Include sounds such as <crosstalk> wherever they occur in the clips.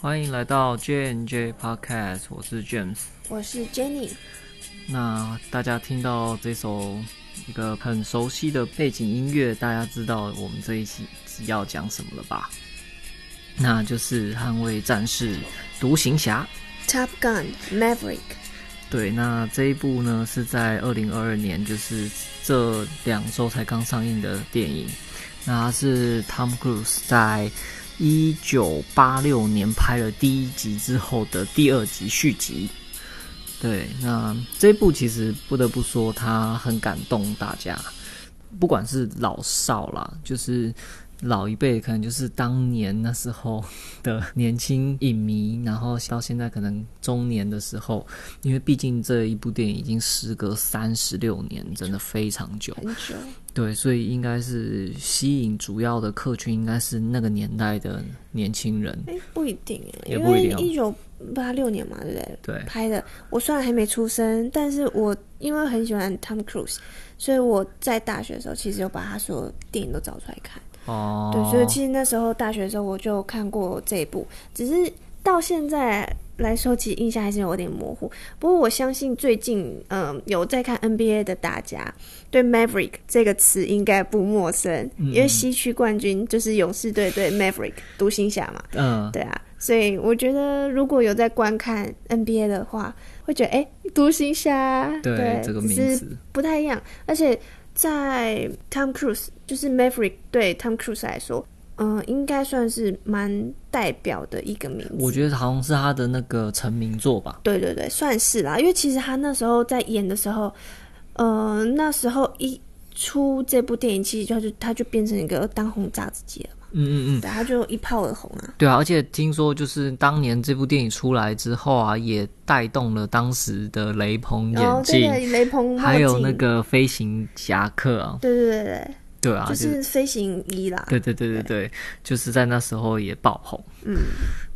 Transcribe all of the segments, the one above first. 欢迎来到 JNJ Podcast，我是 James。我是 Jenny，那大家听到这首一个很熟悉的背景音乐，大家知道我们这一期要讲什么了吧？那就是《捍卫战士》独行侠。 Top Gun Maverick，对，那这一部呢是在二零二二年，就是这两周才刚上映的电影。那它是 Tom Cruise 在一九八六年拍了第一集之后的第二集续集。对，那这一部其实不得不说，它很感动大家，不管是老少啦，就是老一辈，可能就是当年那时候的年轻影迷，然后到现在可能中年的时候，因为毕竟这一部电影已经时隔三十六年，真的非常久。很久，对，所以应该是吸引主要的客群应该是那个年代的年轻人。哎，不一定耶，也因不一为定哦一九八六年嘛，对不对？对，拍的，我虽然还没出生，但是我因为很喜欢 Tom Cruise，所以我在大学的时候其实有把他所有电影都找出来看。哦，对，所以其实那时候大学的时候我就看过这一部，只是到现在来说，其实印象还是有点模糊。不过我相信最近，嗯，有在看 NBA 的大家，对 Maverick 这个词应该不陌生，嗯因为西区冠军就是勇士队对 Maverick 独行侠嘛，嗯、对啊。所以我觉得，如果有在观看 NBA 的话，会觉得哎，独行侠，对对，这个只名是字，不太一样，而且在 Tom Cruise 就是 Maverick 对 Tom Cruise 来说，嗯、应该算是蛮代表的一个名字。我觉得好像是他的那个成名作吧。对对对，算是啦，因为其实他那时候在演的时候，呃，那时候一出这部电影，其实就他就他就变成一个当红炸子鸡了嘛，嗯嗯嗯，对，他就一炮而红啊。对啊，而且听说就是当年这部电影出来之后啊，也带动了当时的雷朋然后眼这镜，个雷朋还有墨镜那，个飞行夹克啊，对对对对，对啊，就就是是飞行衣啦，对对对对对，就是在那时候也爆红。嗯，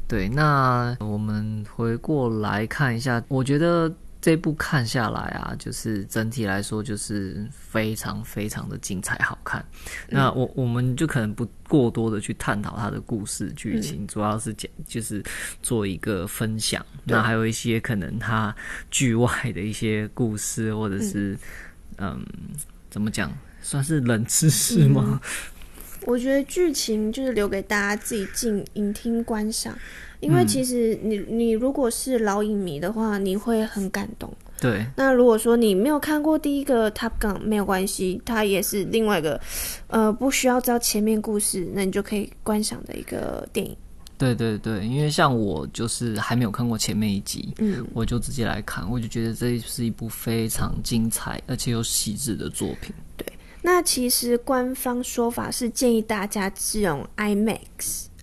对，那我们回过来看一下，我觉得这部看下来啊，就是整体来说就是非常非常的精彩好看。那我我们就可能不过多的去探讨它的故事剧情，主要是讲就是做一个分享。那还有一些可能它剧外的一些故事，或者是嗯怎么讲，算是冷知识吗？我觉得剧情就是留给大家自己静影听观赏，因为其实你你如果是老影迷的话，你会很感动。对，那如果说你没有看过第一个 Top Gun 没有关系，它也是另外一个，呃，不需要知道前面故事，那你就可以观赏的一个电影。对对对，因为像我就是还没有看过前面一集，嗯，我就直接来看，我就觉得这是一部非常精彩而且又细致的作品。那其实官方说法是建议大家是用 IMAX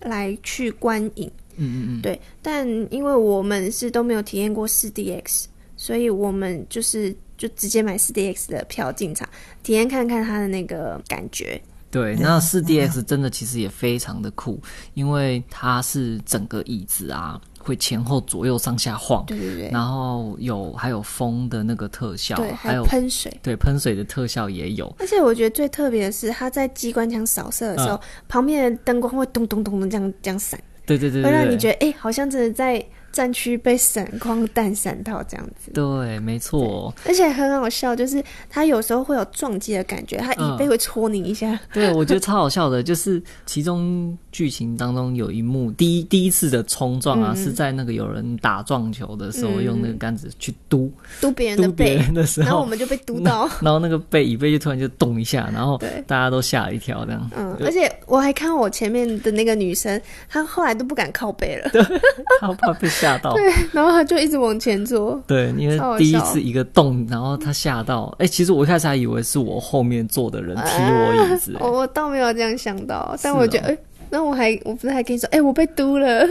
来去观影。嗯嗯对，但因为我们是都没有体验过 4DX，所以我们就是就直接买 4DX 的票进场，体验看看它的那个感觉。嗯，对。那四 DX 真的其实也非常的酷，因为它是整个椅子啊会前后左右上下晃，对对对，然后有还有风的那个特效对，，还还有喷水。对喷水的特效也有。而且我觉得最特别的是，它在机关枪扫射的嗯时候，旁边的灯光会咚咚咚的这样这样闪，对对对会对让对，你觉得哎、诶好像真的在战区被闪光弹闪到这样子。对，没错。而且很好笑，就是它有时候会有撞击的感觉，它嗯椅背会戳你一下。对，我觉得超好笑的，就是其中剧情当中有一幕，第一第一次的冲撞嗯啊，是在那个有人打撞球的时候，用那个杆子去嘟嘟别人的嘟别嗯背，人的时然后我候，们就被嘟到。然后那个背椅背就突然就咚一下，然后对大家都吓了一跳，这样。嗯，而且我还看我前面的那个女生，她后来都不敢靠背了，他怕被吓到。 <laughs> 然后她就一直往前坐。对，因为超好第一笑次一个动，然后他吓到。哎、其实我一开始还以为是我后面坐的人踢我椅子、哦我我倒没有这样想到，但是我觉哦得，哎、那我还我不是还跟你说，哎、我被嘟 <laughs> 了，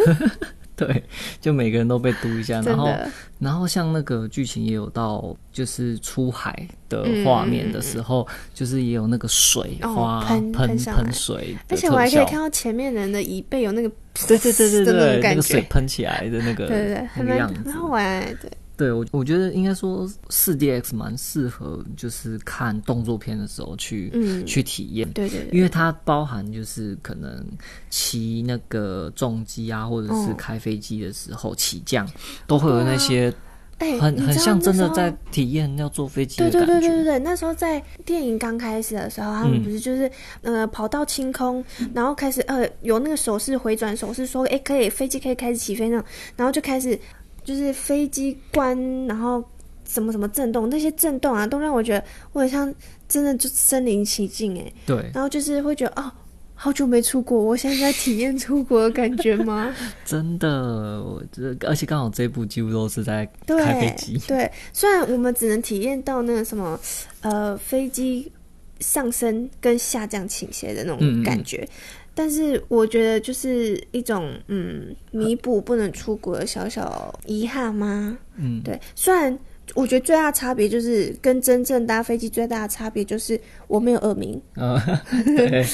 对，就每个人都被嘟一下，然 <laughs> 真后的。然后像那个剧情也有到，就是出海的画面的时候，就是也有那个水嗯哦花、喷喷喷上来水的特效，而且我还可以看到前面人的椅背有那个，对对对对的那种对，那感个觉水喷起来的那个呃对对对，还那个蛮样子很。好玩、对，对我，我觉得应该说四 DX 蛮适合，就是看动作片的时候去、嗯去体验，对对对，因为它包含就是可能骑那个重机啊，或者是嗯开飞机的时候起降，都会有那些哎、很你知很道像那真的时候在体验要坐飞机对的对感对对对觉。对，那时候在电影刚开始的时候，他们嗯不是就是、呃跑到清空，然后开始呃有那个手势回转手势说，哎可以飞机可以开始起飞那种，然后就开始就是飞机关，然后什么什么震动，那些震动啊都让我觉得我好像真的就身临其境哎，对，然后就是会觉得哦好久没出国，我现在在体验出国的感觉吗？真的，我这而且刚好这一部几乎都是在对开飞机。对，虽然我们只能体验到那个什么，呃，飞机上升跟下降倾斜的那嗯嗯种感觉，但是我觉得就是一种嗯，弥补不能出国的小小遗憾吗？嗯，对，虽然。我觉得最大的差别就是跟真正搭飞机最大的差别就是我没有耳鸣， <laughs> 呃，对，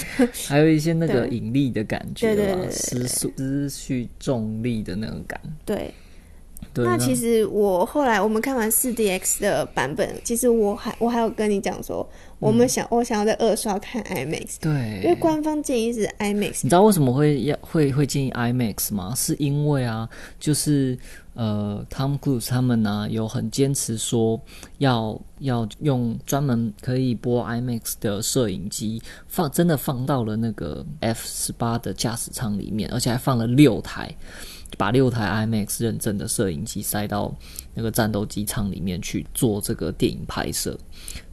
还有一些那个对引力的感觉对对对吧，对失速、失去重力的那种感。对，对，啊那其实我后来我们看完四 DX 的版本，其实我还我还有跟你讲说，我们想、我想要再二刷看 IMAX，对，因为官方建议是 IMAX，你知道为什么会要会会建议 IMAX 吗？是因为啊，就是呃，Tom Cruise 他们呢、有很坚持说要要用专门可以播 IMAX 的摄影机放，真的放到了那个 F 十八的驾驶舱里面，而且还放了六台，把六台 IMAX 认证的摄影机塞到那个战斗机舱里面去做这个电影拍摄。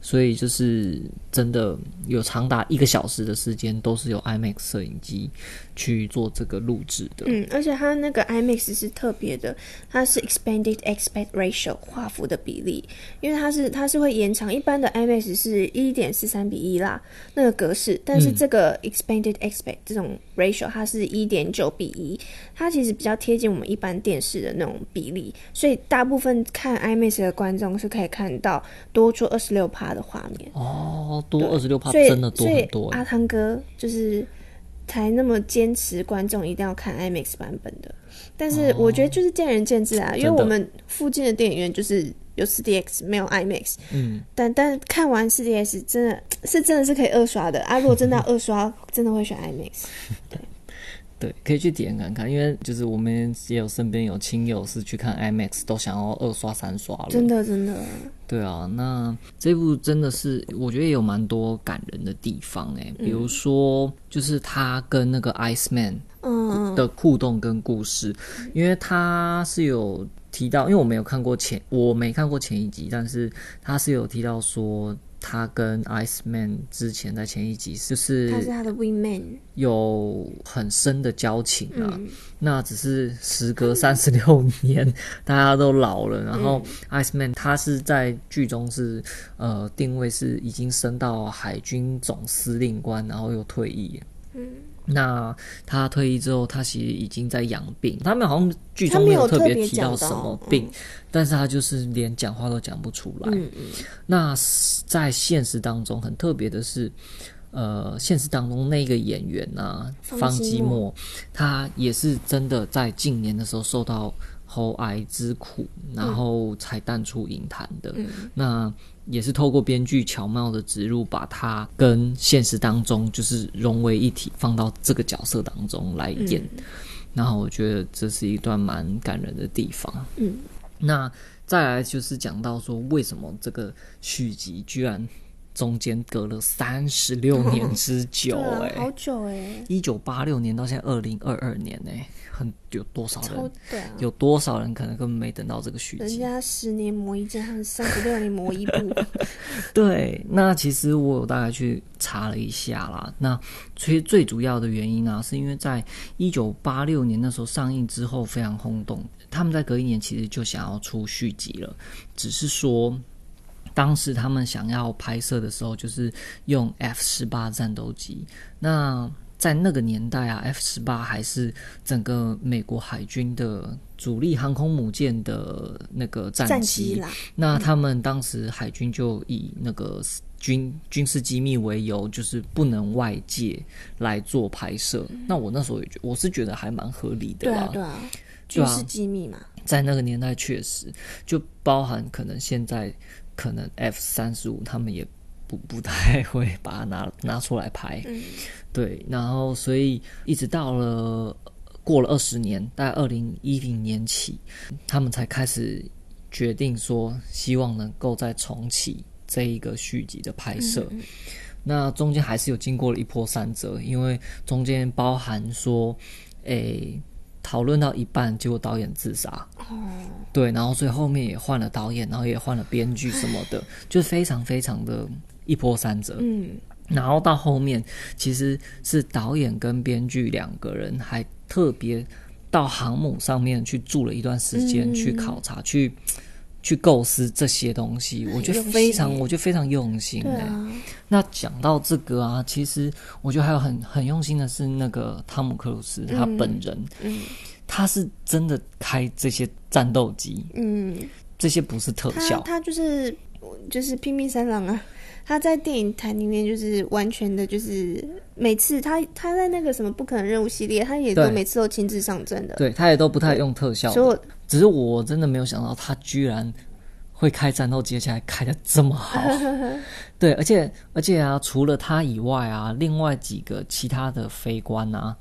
所以就是真的有长达一个小时的时间都是由 IMAX 摄影机去做这个录制的。嗯，而且它那个 IMAX 是特别的，它是 expanded aspect ratio 画幅的比例，因为它是它是会延长，一般的 IMAX 是一点四三比一啦，那个格式，但是这个 expanded aspect 这种 ratio 它是一点九比一，它其实比较贴近我们一般电视的那种比例，所以大部分看 IMAX 的观众是可以看到多出二十六趴的画面。哦，多二十六帕所以啊真的多很多所以阿欸。汤哥就是才那么坚持观众一定要看 IMAX 版本的，但是我觉得就是见仁见智啊，因为哦真的我们附近的电影院就是。有 4DX 没有 IMAX，嗯，但但看完 4DX 真的是真的是可以二 <laughs> 刷的啊！如果真的要二刷，真的会选 IMAX。对，可以去体验看看，因为就是我们也有身边有亲友是去看 IMAX，都想要二刷三刷了。真的真的，对啊，那这部真的是我觉得也有蛮多感人的地方哎、嗯比如说就是他跟那个 Ice Man 嗯，的互动跟故事，因为他是有提到，因为我没有看过前，我没看过前一集，但是他是有提到说他跟 Ice Man 之前在前一集就嗯他是是他的 Win Man，有很深的交情啊，嗯那只是时隔三十六年，大家都老了，然后嗯 Ice Man 他是在剧中是呃定位是已经升到海军总司令官，然后又退役。嗯那他退役之后，他其实已经在养病。他们好像剧中他没没有有特特别别提到什讲到嗯么病，但是他就是连讲话都讲不出来。那在现实当中很特别的是，呃，现实当中那个演员啊，方方基基莫莫，他也是真的在近年的时候受到喉癌之苦，然后才淡出影坛的。那也是透过编剧巧妙的植入，把他跟现实当中就是融为一体，放到这个角色当中来演。然后我觉得这是一段蛮感人的地方。嗯，那再来就是讲到说，为什么这个续集居然中间隔了三十六年之久、 <laughs> 对啊欸？，好久哎，一九八六年到现在二零二二年呢、很有多少超人？对啊，有多少人可能根本没等到这个续人集？家十年磨一剑，他们三十六年 <laughs> 磨一步，对，那其实我有大概去查了一下啦。那其实最主要的原因啊，是因为在一九八六年那时候上映之后非常轰动，他们在隔一年其实就想要出续集了，只是说。当时他们想要拍摄的时候，就是用 F 十八战斗机。那在那个年代啊，F 十八还是整个美国海军的主力航空母舰的那个战机啦，那他们当时海军就以那个军军事机密为由，就是不能外界来做拍摄。那我那时候也觉我是觉得还蛮合理的嗯对啦。啊对啊，军啊事机密嘛。在那个年代确实就包含可能现在可能 F 三十五他们也不不太会把它拿拿出来拍，嗯对，然后所以一直到了过了二十年，大概二零一零年起，他们才开始决定说希望能够再重启这一个续集的拍摄。那中间还是有经过了一波三折，因为中间包含说，诶，讨论到一半，结果导演自杀。哦对，然后所以后面也换了导演，然后也换了编剧什么的，就非常非常的一波三折。嗯，然后到后面其实是导演跟编剧两个人还特别到航母上面去住了一段时间，嗯去考察，去去构思这些东西，我觉得用非常，心我觉得非常用心、对欸。啊，那讲到这个啊，其实我觉得还有很很用心的是那个汤姆克鲁斯他本人，嗯他是真的开这些战斗机，嗯，这些不是特他效。他就是就是拼命三郎啊。他在电影坛里面就是完全的，就是每次他他在那个什么不可能任务系列，他也都对每次都亲自上阵的，对，他也都不太用特效的，所以我只是我真的没有想到他居然会开战斗机，而且还开的这么 <laughs> 好。对，而且而且啊，除了他以外啊，另外几个其他的飞官啊，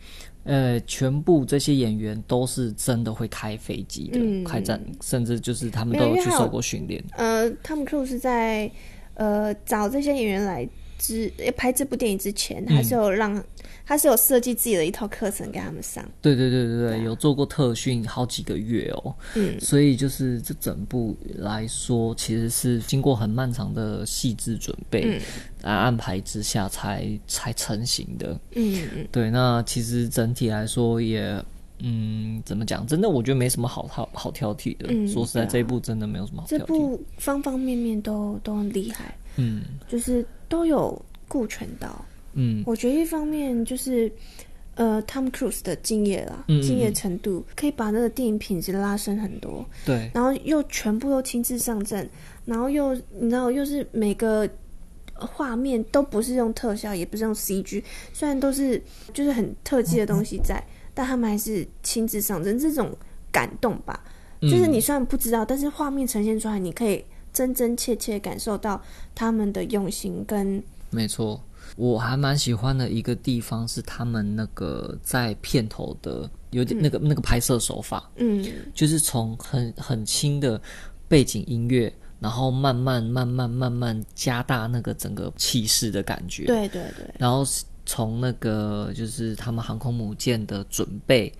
呃，全部这些演员都是真的会开飞机的，嗯开战，甚至就是他们没都有有因为去还有受过训练。呃，汤姆克鲁斯在呃找这些演员来之呃拍这部电影之前，他是有让、他是有设计自己的一套课程给他们上。对对对对对，有做过特训好几个月哦。啊嗯所以就是这整部来说，其实是经过很漫长的细致准备、啊安排之下才才成型的。嗯嗯，对，那其实整体来说也，嗯，怎么讲？真的，我觉得没什么好挑好挑剔的。嗯啊说实在，对啊这一部真的没有什么好这挑剔。部方方面面都都很厉害，嗯就是都有顾全到。嗯，我觉得一方面就是。呃，Tom Cruise 的敬业啦，嗯嗯嗯敬业程度可以把那个电影品质拉升很多。对然后又全部都亲自上阵，然后又你知道，又是每个画面都不是用特效，也不是用 CG，虽然都是就是很特技的东西在，但他们还是亲自上阵，这种感动吧，就是你虽然不知道，但是画面呈现出来，你可以真真切切感受到他们的用心跟没错。我还蛮喜欢的一个地方是他们那个在片头的有点那个、那个拍摄手法，嗯就是从很很轻的背景音乐，然后慢慢慢慢慢慢加大那个整个气势的感觉。，对对对，然后是从那个就是他们航空母舰的准备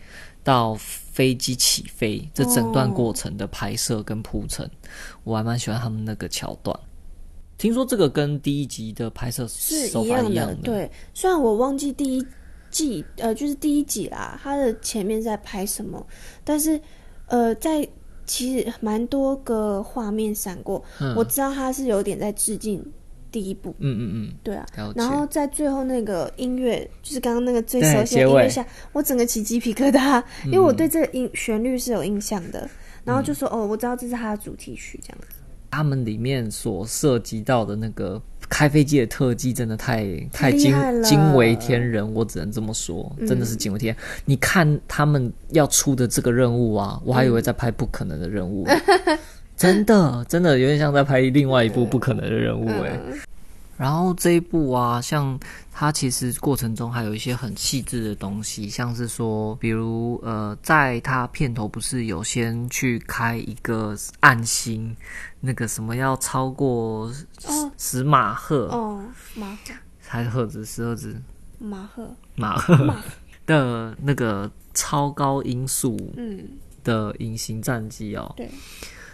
到飞机起飞，这整段过程的拍摄跟铺陈，我还蛮喜欢他们那个桥段。听说这个跟第一集的拍摄是手一法样一样的，对。虽然我忘记第一季，呃，就是第一集啦，它的前面在拍什么，但是，呃，在其实蛮多个画面闪过，嗯我知道它是有点在致敬第一部，嗯嗯嗯，对啊。了解然。后在最后那个音乐，就是刚刚那个最对熟悉结的音尾乐下，我整个起鸡皮 <laughs> 疙瘩，因为我对这个音旋律是有印象嗯的。然后就说、哦，我知道这是它的主题曲，这样子。他们里面所涉及到的那个开飞机的特技，真的太太厉惊害了嗯惊为天人，我只能这么说，真的是惊为天人。你看他们要出的这个任务嗯啊，我还以为在拍不可能的任务， <laughs> 真的真的有点像在拍另外一部不可能的任务哎、嗯然后这一部啊，像它其实过程中还有一些很细致的东西，像是说，比如呃，在它片头不是有先去开一个暗星，那个什么要超过十哦十马赫，哦，马赫，还是赫兹十赫兹马赫，马赫马赫，的那个超高音速嗯，的隐形战机哦，对，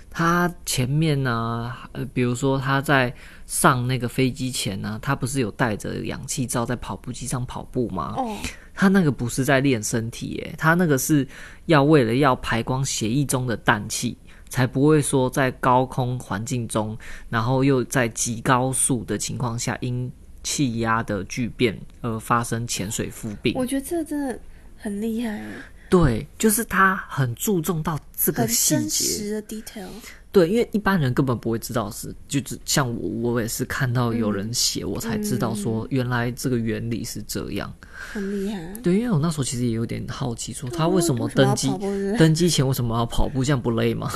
他前面呢，呃，比如说他在上那个飞机前呢，他不是有带着氧气罩在跑步机上跑步吗？哦，他那个不是在练身体，诶，他那个是要为了要排光血液中的氮气，才不会说在高空环境中，然后又在极高速的情况下因气压的巨变而发生潜水夫病。我觉得这真的很厉害耶，对，就是他很注重到这个很细真节。实的 detail。对，因为一般人根本不会知道是，就只像我，我也是看到有人写，我才知道说原来这个原理是这样。很厉害。对，因为我那时候其实也有点好奇，说他为什么啊为什么要登机跑步是不是登机前为什么要跑步，这样不累吗？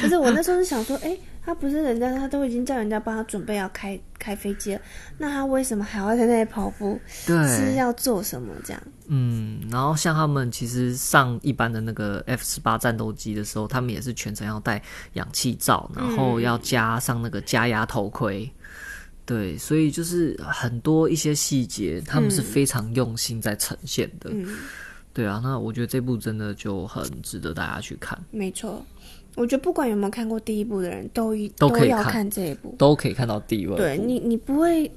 可是我那时候是想说，哎、他不是人家，他都已经叫人家帮他准备要开开飞机了，那他为什么还要在那里跑步？ <laughs> 是啊对，要做什么？这样嗯，然后像他们其实上一般的那个 F 十八战斗机的时候，他们也是全程要戴氧气罩，然嗯后要加上那个加压头盔。对，所以就是很多一些细节，他们是嗯非常用心在呈现的。对啊，那我觉得这部真的就很值得大家去看，没错。我觉得不管有没有看过第一部的人，都一都可以要看看这一部。都可以看到第二对部。你，你不会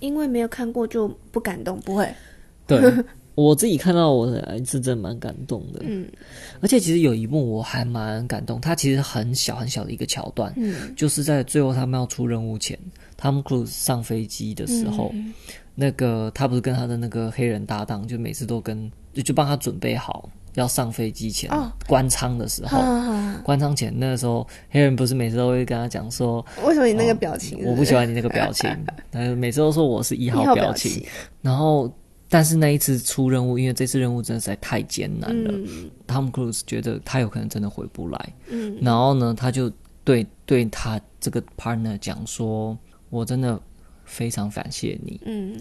因为没有看过就不感动，不会。 <laughs> 对，我自己看到我的是真的蛮感动的。嗯而且其实有一幕我还蛮感动，它其实很小很小的一个桥段，嗯就是在最后他们要出任务前，汤姆·克鲁斯上飞机的时嗯候，那个他不是跟他的那个黑人搭档，就每次都跟就就帮他准备好要上飞机前、哦关舱的时候。啊，关舱前那时候，黑人不是每次都会跟他讲说为什么你那个表情是是、我不喜欢你那个表 <laughs> 情，呃，每次都说我是一一号号表情。情，然后，但是那一次出任务，因为这次任务真的实在太艰难了，嗯汤姆·克鲁斯觉得他有可能真的回不来，嗯然后呢，他就对对他这个 partner 讲说：“我真的非常感谢你，嗯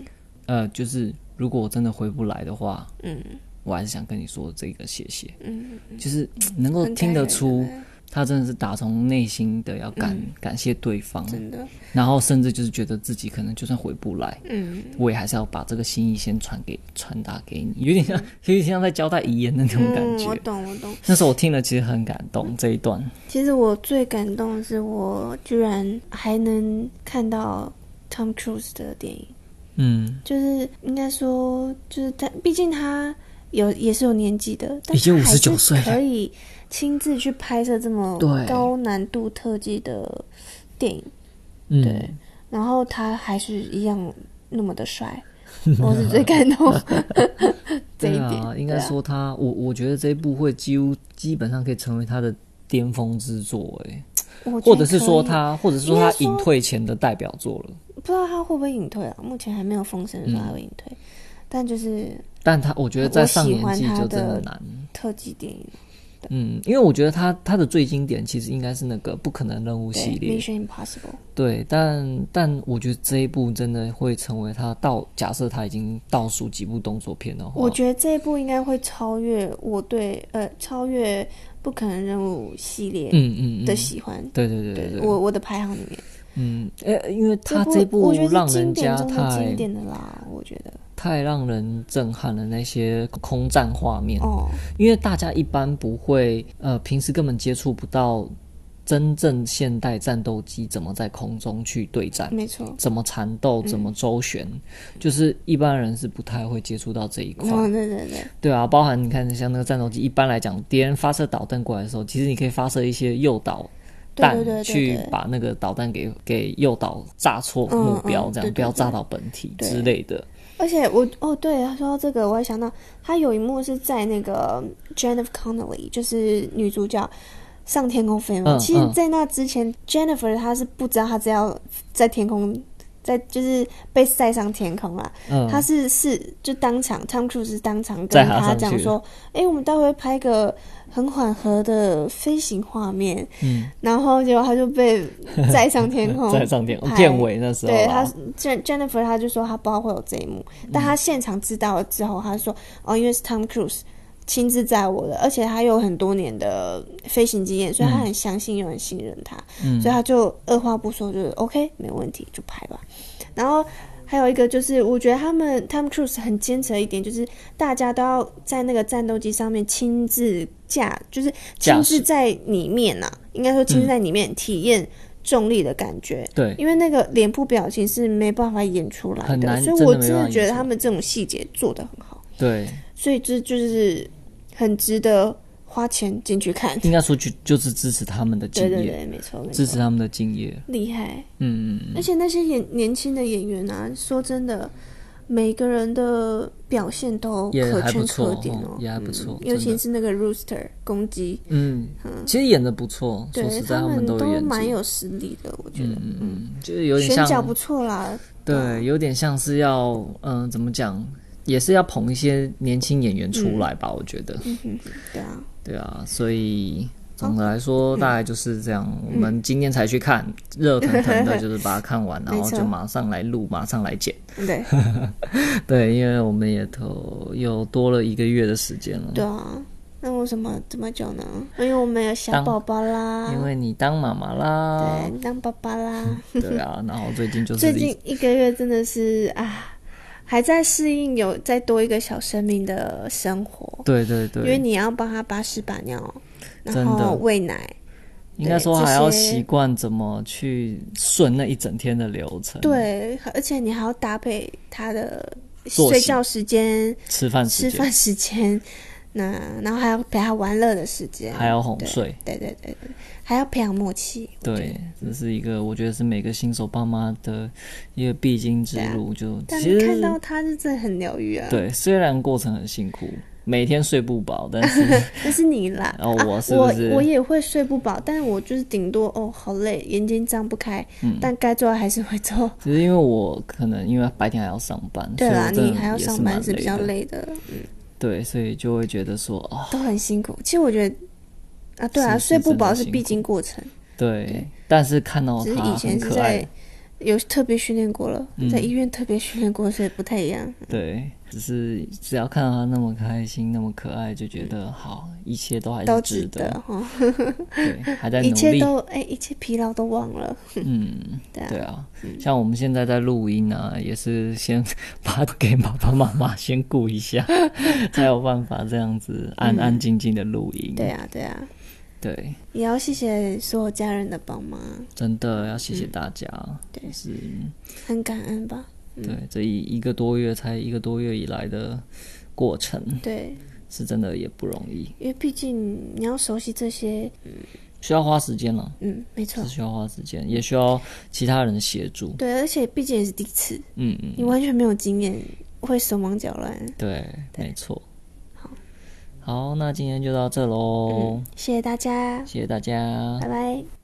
呃，就是如果我真的回不来的话，嗯我还是想跟你说这个谢谢。嗯，”就是能够很听得感人出对不对嗯他真的是打从内心的要感、感谢对方，真的，然后甚至就是觉得自己可能就算回不来，嗯。我也还是要把这个心意先传给传达给你，有点像有点像在交代遗言的那种感嗯、觉。我懂，我懂。那时候我听了其实很感动这一段。其实我最感动的是，我居然还能看到 Tom Cruise 的电影，嗯，就是应该说，就是他，毕竟他有也是有年纪的，但已经他还是59岁了可以亲自去拍摄这么对高难度特技的电影，嗯对，然后他还是一样那么的帅，我是最感动 <laughs> 这一对点。啊，应该对啊说他，我我觉得这一部会几乎基本上可以成为他的巅峰之作，哎，我觉得或者是说可以他，或者是说他隐退前的代表作了。不知道他会不会隐退啊？目前还没有风声嗯说他会隐退，但就是但他，我觉得在上年纪就真的我喜欢难，特技电影嗯，因为我觉得他他的最经典其实应该是那个《不可能任务》对系列， Mission Impossible，对，但但我觉得这一部真的会成为他倒，假设他已经倒数几部动作片的话，我觉得这一部应该会超越我对呃超越不可能任务系列嗯嗯嗯，的喜欢，对对对对对，我我的排行里面，嗯，呃，因为他这部我觉得让是人经典家中的太经典的啦，我觉得太让人震撼了那些空战画面，哦，因为大家一般不会，呃，平时根本接触不到真正现代战斗机怎么在空中去对战，没错，怎么缠斗，怎嗯么周旋，就是一般人是不太会接触到这一块。嗯对对对，对啊，包含你看像那个战斗机，一般来讲，敌人发射导弹过来的时候，其实你可以发射一些诱导。对弹对对对去对把那个导弹给给诱导炸错嗯目标，嗯这对样对不要对炸到本体对之类的。而且我哦，对，说到这个，我还想到他有一幕是在那个 Jennifer Connelly，就是女主角上天空飞嘛。嗯其实嗯，在那之前、j e n n i f e r 她是不知道她只要在天空，在就是被塞上天空啦。嗯，她是是就当场，Tom Cruise 当场载跟她她上讲去说：“哎、我们待会拍个很缓和的飞行画面。”嗯，然后结果她就被 <laughs> 载上天 <laughs> 空，在上点拍片尾那时候对啦他，Jen Jennifer，他就说他不知道会有这一幕，嗯但他现场知道了之后，他说哦，因为是 Tom Cruise 亲自载我的，而且他有很多年的飞行经验，所以他很相信又很信任他，嗯所以他就二话不说就是 OK 没问题就拍吧。然后还有一个就是，我觉得他们 Tom Cruise 很坚持的一点就是，大家都要在那个战斗机上面亲自驾，就是驾亲驶自在里面呐、应该说亲自在里面体验重力的感觉。对，因为那个脸部表情是没办法演出来很的，难所以我真的没真办法的觉演出得来他们这种细节做的很好，对，所以这就是很值得花钱进 <laughs> 去看。应该说就就是支持他们的敬对业，对对，没错，没支持错，他们的敬业。厉害！嗯嗯，嗯而且那些演年轻的演员啊，说真的，每个人的表现都也可还不圈可错点哦哦，也还不错嗯尤真其的是那个 Rooster 公鸡，嗯，其实演的不错，说对实在，他他们都有演蛮技，有实力的，我觉得嗯嗯嗯，就是有点选角像不错啦。嗯对，有点像是要，嗯、怎么讲，也是要捧一些年轻演员出来吧，我觉得，嗯哼，对啊，对啊，所以总的来说、大概就是这样。我们今天才去看，热腾腾的，就是把它看完，然没后错就马上来录，马上来剪。对嗯对，因为我们也都又多了一个月的时间了。对啊。那为什么这么久呢？因为我们有小当宝宝啦，因为你当妈妈啦对，，你当爸爸啦。 <laughs> 对啊，然后最近就是最近一个月真的是啊，还在适应有再多一个小生命的生活，对对因对，为你要帮他把屎把尿，真然的嗯后喂奶，应该说对这还要些习惯怎么去顺那一整天的流程，，对，而且你还要搭配他的作息睡觉时间、吃饭时吃间饭时间，那然后还要陪他玩乐的时间，还要哄对睡，对对对对，还要培养默契，我觉得对，这是一个我觉得是每个新手爸妈的一个必经之路。就啊但其看实到他是真的很疗愈啊，对，虽然过程很辛苦，每天睡不饱，但是 <laughs> 那是你啦。哦啊我是不是我我也会睡不饱，但我就是顶多哦，好累，眼睛张不开，嗯但该做的还是会 <laughs> 做。只是因为我可能因为白天还要上班，对啦，所以我真你的还要也上蛮班是比较的，累的，嗯对，所以就会觉得说哦，都很辛苦。其实我觉得啊，对啊，是是睡不饱真的是辛苦必经过程，对，但是看到只是他以很前是可爱嗯在，有特别训练过了，在医院特别训练过，所以不太一样。对，只是只要看到他那么开心，那么可爱，就觉得好，一切都还都哎是值得，得哈，对，还在 <laughs> 一努切力，都哎，一切疲劳都忘了。 <laughs> 嗯，对啊对啊，像我们现在在录音啊，也是先把给爸爸妈妈先顾一 <laughs> 下，才有办法这样子安安静静的录音。嗯对啊，对啊，对，也要谢谢所有家人的帮忙，真的要谢谢大家，嗯对嗯就是很感恩吧。对这一一个多月才一个多月以来的过程，对，是真的也不容易，因为毕竟你要熟悉这些，需要花时间了，嗯，没错是，需要花时间，也需要其他人的协助。对，而且毕竟也是第一次，嗯嗯，你完全没有经验，会手忙脚乱。对，没错。好，那今天就到这喽，谢谢大家，谢谢大家，拜拜。